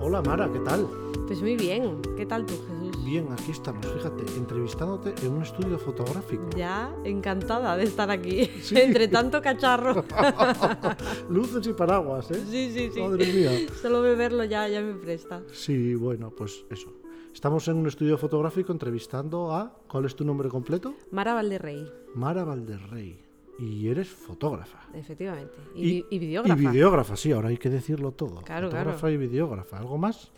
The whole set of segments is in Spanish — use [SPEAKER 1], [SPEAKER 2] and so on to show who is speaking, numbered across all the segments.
[SPEAKER 1] Hola Mara, ¿qué tal?
[SPEAKER 2] Pues muy bien. ¿Qué tal tú, Jesús?
[SPEAKER 1] Bien, aquí estamos, fíjate, entrevistándote en un estudio fotográfico.
[SPEAKER 2] Ya encantada de estar aquí,
[SPEAKER 1] Sí.
[SPEAKER 2] entre tanto cacharro.
[SPEAKER 1] Luces y paraguas, ¿eh?
[SPEAKER 2] Sí, sí, sí.
[SPEAKER 1] Madre mía.
[SPEAKER 2] Solo beberlo ya, ya me presta.
[SPEAKER 1] Sí, bueno, pues eso. Estamos en un estudio fotográfico entrevistando a... ¿Cuál es tu nombre completo?
[SPEAKER 2] Mara Valderrey,
[SPEAKER 1] Mara Valderrey. Y eres fotógrafa.
[SPEAKER 2] efectivamente. Y, vi- y videógrafa.
[SPEAKER 1] Y videógrafa, sí, ahora hay que decirlo todo.
[SPEAKER 2] Claro,
[SPEAKER 1] fotógrafa
[SPEAKER 2] claro.
[SPEAKER 1] y videógrafa. ¿Algo más?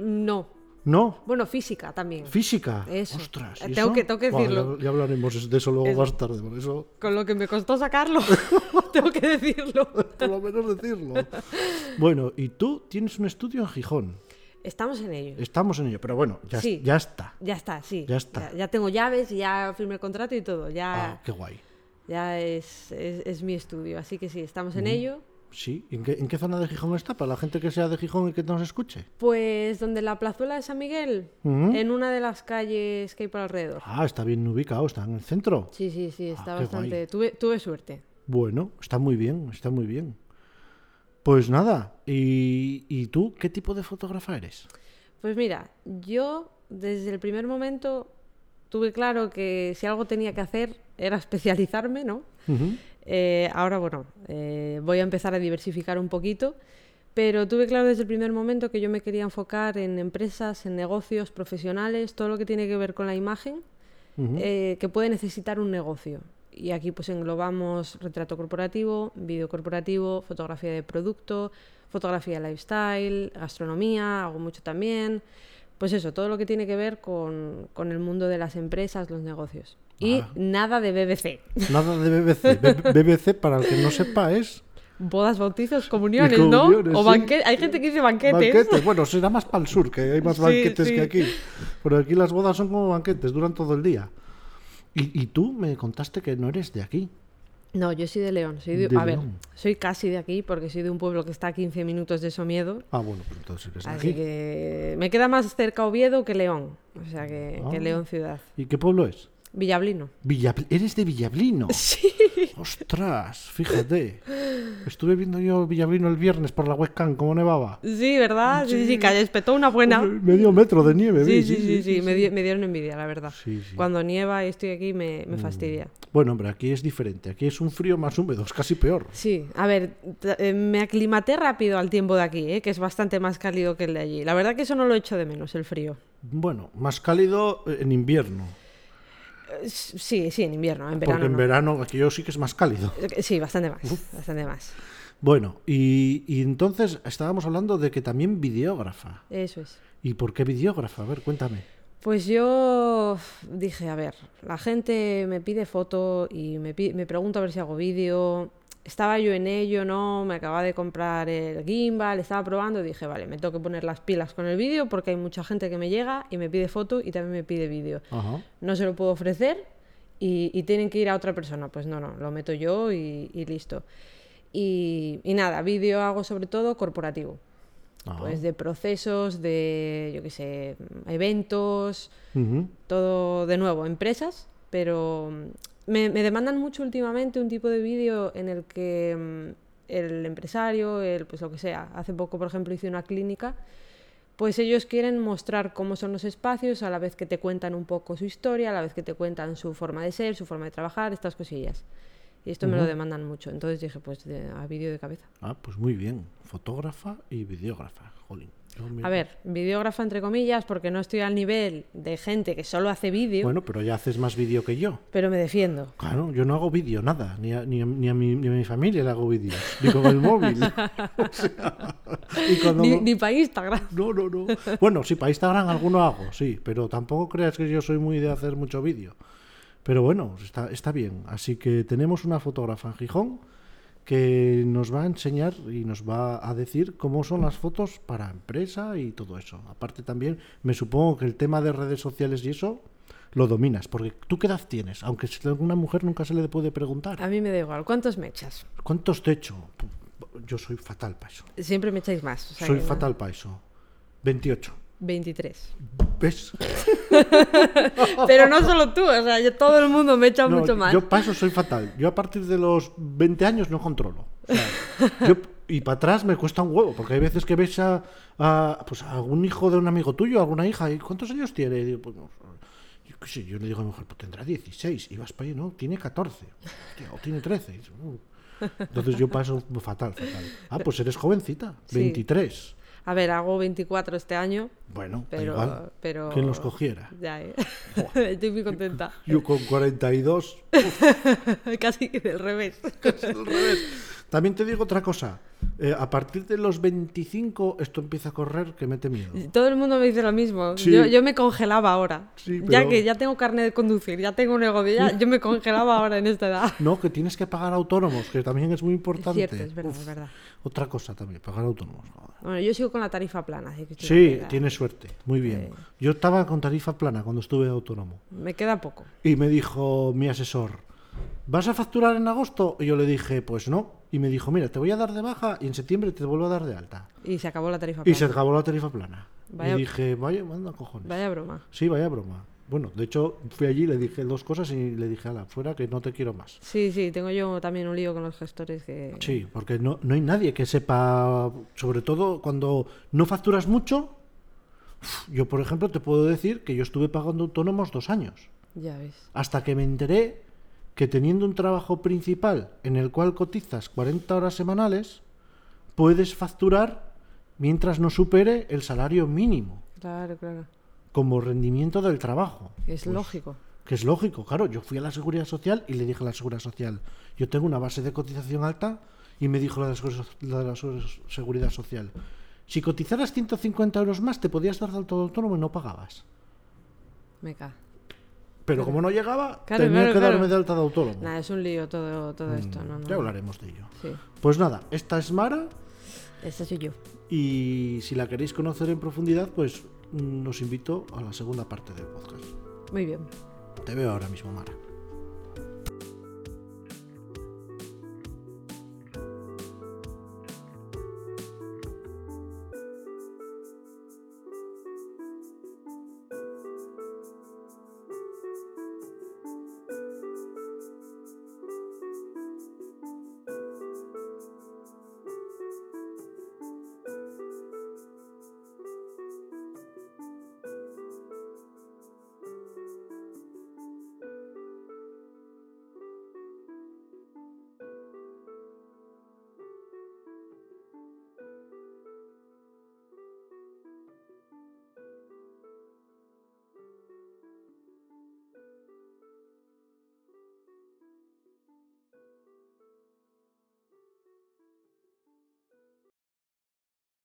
[SPEAKER 2] No.
[SPEAKER 1] No.
[SPEAKER 2] Bueno, física también.
[SPEAKER 1] Física.
[SPEAKER 2] Eso.
[SPEAKER 1] Ostras.
[SPEAKER 2] Eh,
[SPEAKER 1] ¿y
[SPEAKER 2] tengo
[SPEAKER 1] eso?
[SPEAKER 2] que- tengo que
[SPEAKER 1] Buah, ya-
[SPEAKER 2] decirlo.
[SPEAKER 1] ya, hablaremos de eso luego
[SPEAKER 2] Es-
[SPEAKER 1] más tarde, por eso
[SPEAKER 2] Con lo que me costó sacarlo, tengo que decirlo.
[SPEAKER 1] por lo menos decirlo. Bueno, y tú tienes un estudio en Gijón.
[SPEAKER 2] Estamos en ello.
[SPEAKER 1] Estamos en ello, pero bueno, ya,
[SPEAKER 2] Sí.
[SPEAKER 1] ya está.
[SPEAKER 2] Ya está, sí.
[SPEAKER 1] Ya está.
[SPEAKER 2] Ya, ya tengo llaves, ya firmé el contrato y todo.
[SPEAKER 1] Ah,
[SPEAKER 2] Ya,
[SPEAKER 1] qué guay.
[SPEAKER 2] ya es, es- es mi estudio. Así que sí, estamos en ello.
[SPEAKER 1] Sí, ¿en qué, en qué zona de Gijón está? Para la gente que sea de Gijón y que nos escuche.
[SPEAKER 2] Pues donde la plazuela de San Miguel,
[SPEAKER 1] Ujú.
[SPEAKER 2] en una de las calles que hay por alrededor.
[SPEAKER 1] Ah, está bien ubicado, está en el centro.
[SPEAKER 2] Sí, sí, sí, está
[SPEAKER 1] Ah, qué guay.
[SPEAKER 2] bastante. Tuve, tuve suerte.
[SPEAKER 1] Bueno, está muy bien, está muy bien. Pues nada, ¿y, y tú qué tipo de fotógrafa eres?
[SPEAKER 2] Pues mira, yo desde el primer momento tuve claro que si algo tenía que hacer era especializarme, ¿no?
[SPEAKER 1] Ujú.
[SPEAKER 2] Eh, ahora, bueno, eh, voy a empezar a diversificar un poquito, pero tuve claro desde el primer momento que yo me quería enfocar en empresas, en negocios, profesionales, todo lo que tiene que ver con la imagen
[SPEAKER 1] Ujú.
[SPEAKER 2] eh, que puede necesitar un negocio. Y aquí pues englobamos retrato corporativo, vídeo corporativo, fotografía de producto, fotografía lifestyle, gastronomía, hago mucho también. Pues eso, todo lo que tiene que ver con, con el mundo de las empresas, los negocios. Y
[SPEAKER 1] Ah.
[SPEAKER 2] nada de BBC.
[SPEAKER 1] Nada de BBC. B- BBC, para el que no sepa, es...
[SPEAKER 2] Bodas, bautizos, comuniones,
[SPEAKER 1] comuniones,
[SPEAKER 2] ¿no? O
[SPEAKER 1] sí.
[SPEAKER 2] banquetes. Hay gente que dice banquetes.
[SPEAKER 1] Banquetes, bueno, será más para el sur, que hay más
[SPEAKER 2] Sí,
[SPEAKER 1] banquetes
[SPEAKER 2] sí.
[SPEAKER 1] que aquí. Pero aquí las bodas son como banquetes, duran todo el día. Y, y tú me contaste que no eres de aquí.
[SPEAKER 2] No, yo soy de León. Soy de-
[SPEAKER 1] De
[SPEAKER 2] a ver,
[SPEAKER 1] León.
[SPEAKER 2] soy casi de aquí porque soy de un pueblo que está a 15 minutos de Somiedo.
[SPEAKER 1] Ah, bueno, pues entonces eres de
[SPEAKER 2] Así
[SPEAKER 1] aquí.
[SPEAKER 2] que me queda más cerca Oviedo que León. O sea, que, que
[SPEAKER 1] Ah.
[SPEAKER 2] León ciudad.
[SPEAKER 1] ¿Y qué pueblo es?
[SPEAKER 2] Villablino.
[SPEAKER 1] Villab- ¿Eres de Villablino?
[SPEAKER 2] Sí.
[SPEAKER 1] ¡Ostras! Fíjate. Estuve viendo yo Villablino el viernes por la webcam, como nevaba.
[SPEAKER 2] Sí, ¿verdad? Sí, sí, sí, que espetó una buena.
[SPEAKER 1] Medio metro de nieve,
[SPEAKER 2] Sí,
[SPEAKER 1] vi,
[SPEAKER 2] sí, sí, sí, me, di- me dieron envidia, la verdad.
[SPEAKER 1] Sí, Mm. sí.
[SPEAKER 2] Cuando nieva y estoy aquí me, me fastidia.
[SPEAKER 1] Bueno, hombre, aquí es diferente. Aquí es un frío más húmedo, es casi peor.
[SPEAKER 2] Sí, a ver, t- eh, me aclimaté rápido al tiempo de aquí, ¿eh? que es bastante más cálido que el de allí. La verdad que eso no lo echo de menos, el frío.
[SPEAKER 1] Bueno, más cálido en invierno.
[SPEAKER 2] Eh, s- Sí, sí, en invierno, en verano.
[SPEAKER 1] Porque en
[SPEAKER 2] no.
[SPEAKER 1] verano aquí yo sí que es más cálido.
[SPEAKER 2] Eh, Sí, bastante más, bastante más.
[SPEAKER 1] Bueno, y, y entonces estábamos hablando de que también videógrafa.
[SPEAKER 2] Eso es.
[SPEAKER 1] ¿Y por qué videógrafa? A ver, cuéntame.
[SPEAKER 2] Pues yo dije, a ver, la gente me pide foto y me, pi- me pregunta a ver si hago vídeo. Estaba yo en ello, ¿no? Me acababa de comprar el gimbal, estaba probando y dije, vale, me tengo que poner las pilas con el vídeo porque hay mucha gente que me llega y me pide foto y también me pide vídeo.
[SPEAKER 1] Ajá.
[SPEAKER 2] No se lo puedo ofrecer y, y tienen que ir a otra persona. Pues no, no, lo meto yo y, y listo. Y, y nada, vídeo hago sobre todo corporativo
[SPEAKER 1] ajá.
[SPEAKER 2] pues de procesos, de, yo qué sé, eventos,
[SPEAKER 1] Ujú.
[SPEAKER 2] todo de nuevo, empresas, pero mm, me, me demandan mucho últimamente un tipo de vídeo en el que mm, el empresario, el, pues lo que sea, hace poco por ejemplo hice una clínica, pues ellos quieren mostrar cómo son los espacios a la vez que te cuentan un poco su historia, a la vez que te cuentan su forma de ser, su forma de trabajar, estas cosillas. Y esto me lo
[SPEAKER 1] Ujú.
[SPEAKER 2] demandan mucho. Entonces dije, pues de- a vídeo de cabeza.
[SPEAKER 1] Ah, pues muy bien. Fotógrafa y videógrafa. Jolín. Yo me-
[SPEAKER 2] A ver, videógrafa entre comillas, porque no estoy al nivel de gente que solo hace vídeo,
[SPEAKER 1] Bueno, pero ya haces más vídeo que yo.
[SPEAKER 2] pero me defiendo.
[SPEAKER 1] Claro, yo no hago vídeo, nada. Ni a, ni a- ni a mi, ni a mi familia le hago vídeo. Ni con el móvil. O sea, y cuando
[SPEAKER 2] Ni,
[SPEAKER 1] lo-
[SPEAKER 2] ni para Instagram.
[SPEAKER 1] No, no, no. Bueno, sí, para Instagram alguno hago, sí, pero tampoco creas que yo soy muy de hacer mucho vídeo. Pero bueno, está, está bien. Así que tenemos una fotógrafa en Gijón que nos va a enseñar y nos va a decir cómo son las fotos para empresa y todo eso. Aparte también, me supongo que el tema de redes sociales y eso lo dominas, porque tú qué edad tienes, aunque si a una mujer nunca se le puede preguntar.
[SPEAKER 2] A mí me da igual. ¿Cuántos me echas?
[SPEAKER 1] ¿Cuántos te echo? Yo soy fatal para eso.
[SPEAKER 2] Siempre me echáis más. o sea
[SPEAKER 1] Soy
[SPEAKER 2] que no.
[SPEAKER 1] fatal para eso. 28.
[SPEAKER 2] 23.
[SPEAKER 1] ¿Ves?
[SPEAKER 2] Pero no solo tú, o sea, yo- todo el mundo me echa
[SPEAKER 1] No,
[SPEAKER 2] mucho más.
[SPEAKER 1] Yo paso, soy fatal. Yo a partir de los 20 años no controlo. O sea, yo y para atrás me cuesta un huevo, porque hay veces que ves a, a, pues, a algún hijo de un amigo tuyo, alguna hija, y ¿cuántos años tiene? Y digo, pues, no, yo, qué sé, yo le digo a mi mujer, pues tendrá 16, y vas para ahí, no, tiene 14, Hostia, o tiene 13. Y dices, "Uh". Entonces yo paso fatal, fatal. Ah, pues eres jovencita,
[SPEAKER 2] Sí.
[SPEAKER 1] 23.
[SPEAKER 2] A ver, hago 24 este año,
[SPEAKER 1] Bueno, da
[SPEAKER 2] pero...
[SPEAKER 1] igual,
[SPEAKER 2] pero...
[SPEAKER 1] ¿quién los cogiera?
[SPEAKER 2] Ya, eh. Estoy muy contenta.
[SPEAKER 1] Yo con 42,
[SPEAKER 2] Casi que del revés.
[SPEAKER 1] al revés. También te digo otra cosa, eh, a partir de los 25 esto empieza a correr que mete miedo.
[SPEAKER 2] Todo el mundo me dice lo mismo.
[SPEAKER 1] Sí.
[SPEAKER 2] Yo, yo me congelaba ahora.
[SPEAKER 1] Sí,
[SPEAKER 2] Ya
[SPEAKER 1] pero-
[SPEAKER 2] que ya tengo carne de conducir, ya tengo un negocio, ya- yo me congelaba ahora en esta edad.
[SPEAKER 1] No, que tienes que pagar autónomos, que también es muy importante.
[SPEAKER 2] Es cierto, es verdad,
[SPEAKER 1] Uf,
[SPEAKER 2] es verdad.
[SPEAKER 1] Otra cosa también, pagar autónomos. joder.
[SPEAKER 2] Bueno, yo sigo con la tarifa plana, así que estoy
[SPEAKER 1] Sí,
[SPEAKER 2] tranquila.
[SPEAKER 1] tienes suerte, muy bien. Yo estaba con tarifa plana cuando estuve de autónomo
[SPEAKER 2] Me queda poco.
[SPEAKER 1] y me dijo mi asesor, ¿vas a facturar en agosto? Y yo le dije, pues no. Y me dijo, mira, te voy a dar de baja y en septiembre te vuelvo a dar de alta.
[SPEAKER 2] Y se acabó la tarifa
[SPEAKER 1] Y
[SPEAKER 2] plana.
[SPEAKER 1] se acabó la tarifa plana.
[SPEAKER 2] Ah, Vaya-
[SPEAKER 1] Y dije, vaya, manda cojones.
[SPEAKER 2] Vaya broma.
[SPEAKER 1] Sí, vaya broma. Bueno, de hecho, fui allí, le dije dos cosas y le dije, ala, fuera, que no te quiero más.
[SPEAKER 2] Sí, sí, tengo yo también un lío con los gestores que...
[SPEAKER 1] Sí, porque no, no hay nadie que sepa, sobre todo cuando no facturas mucho. Uf, Yo, por ejemplo, te puedo decir que yo estuve pagando autónomos dos años,
[SPEAKER 2] Ya ves.
[SPEAKER 1] hasta que me enteré que teniendo un trabajo principal en el cual cotizas 40 horas semanales, puedes facturar mientras no supere el salario mínimo
[SPEAKER 2] Claro, claro.
[SPEAKER 1] como rendimiento del trabajo.
[SPEAKER 2] Es
[SPEAKER 1] Pues,
[SPEAKER 2] lógico.
[SPEAKER 1] que es lógico, claro, yo fui a la seguridad social y le dije a la seguridad social, yo tengo una base de cotización alta y me dijo la de la, Seguridad- la de la Segu- seguridad social, si cotizaras 150 euros más te podías dar de alto de autónomo y no pagabas.
[SPEAKER 2] Me cago.
[SPEAKER 1] Pero como no llegaba,
[SPEAKER 2] Claro,
[SPEAKER 1] tenía
[SPEAKER 2] claro,
[SPEAKER 1] que darme
[SPEAKER 2] claro.
[SPEAKER 1] de alta de autónomo.
[SPEAKER 2] Nada, es un lío todo, todo esto. No, no.
[SPEAKER 1] Mm, Ya hablaremos de ello.
[SPEAKER 2] Sí.
[SPEAKER 1] Pues nada, esta es Mara
[SPEAKER 2] Esa soy yo.
[SPEAKER 1] y si la queréis conocer en profundidad, pues mm, os invito a la segunda parte del podcast.
[SPEAKER 2] Muy bien.
[SPEAKER 1] Te veo ahora mismo, Mara.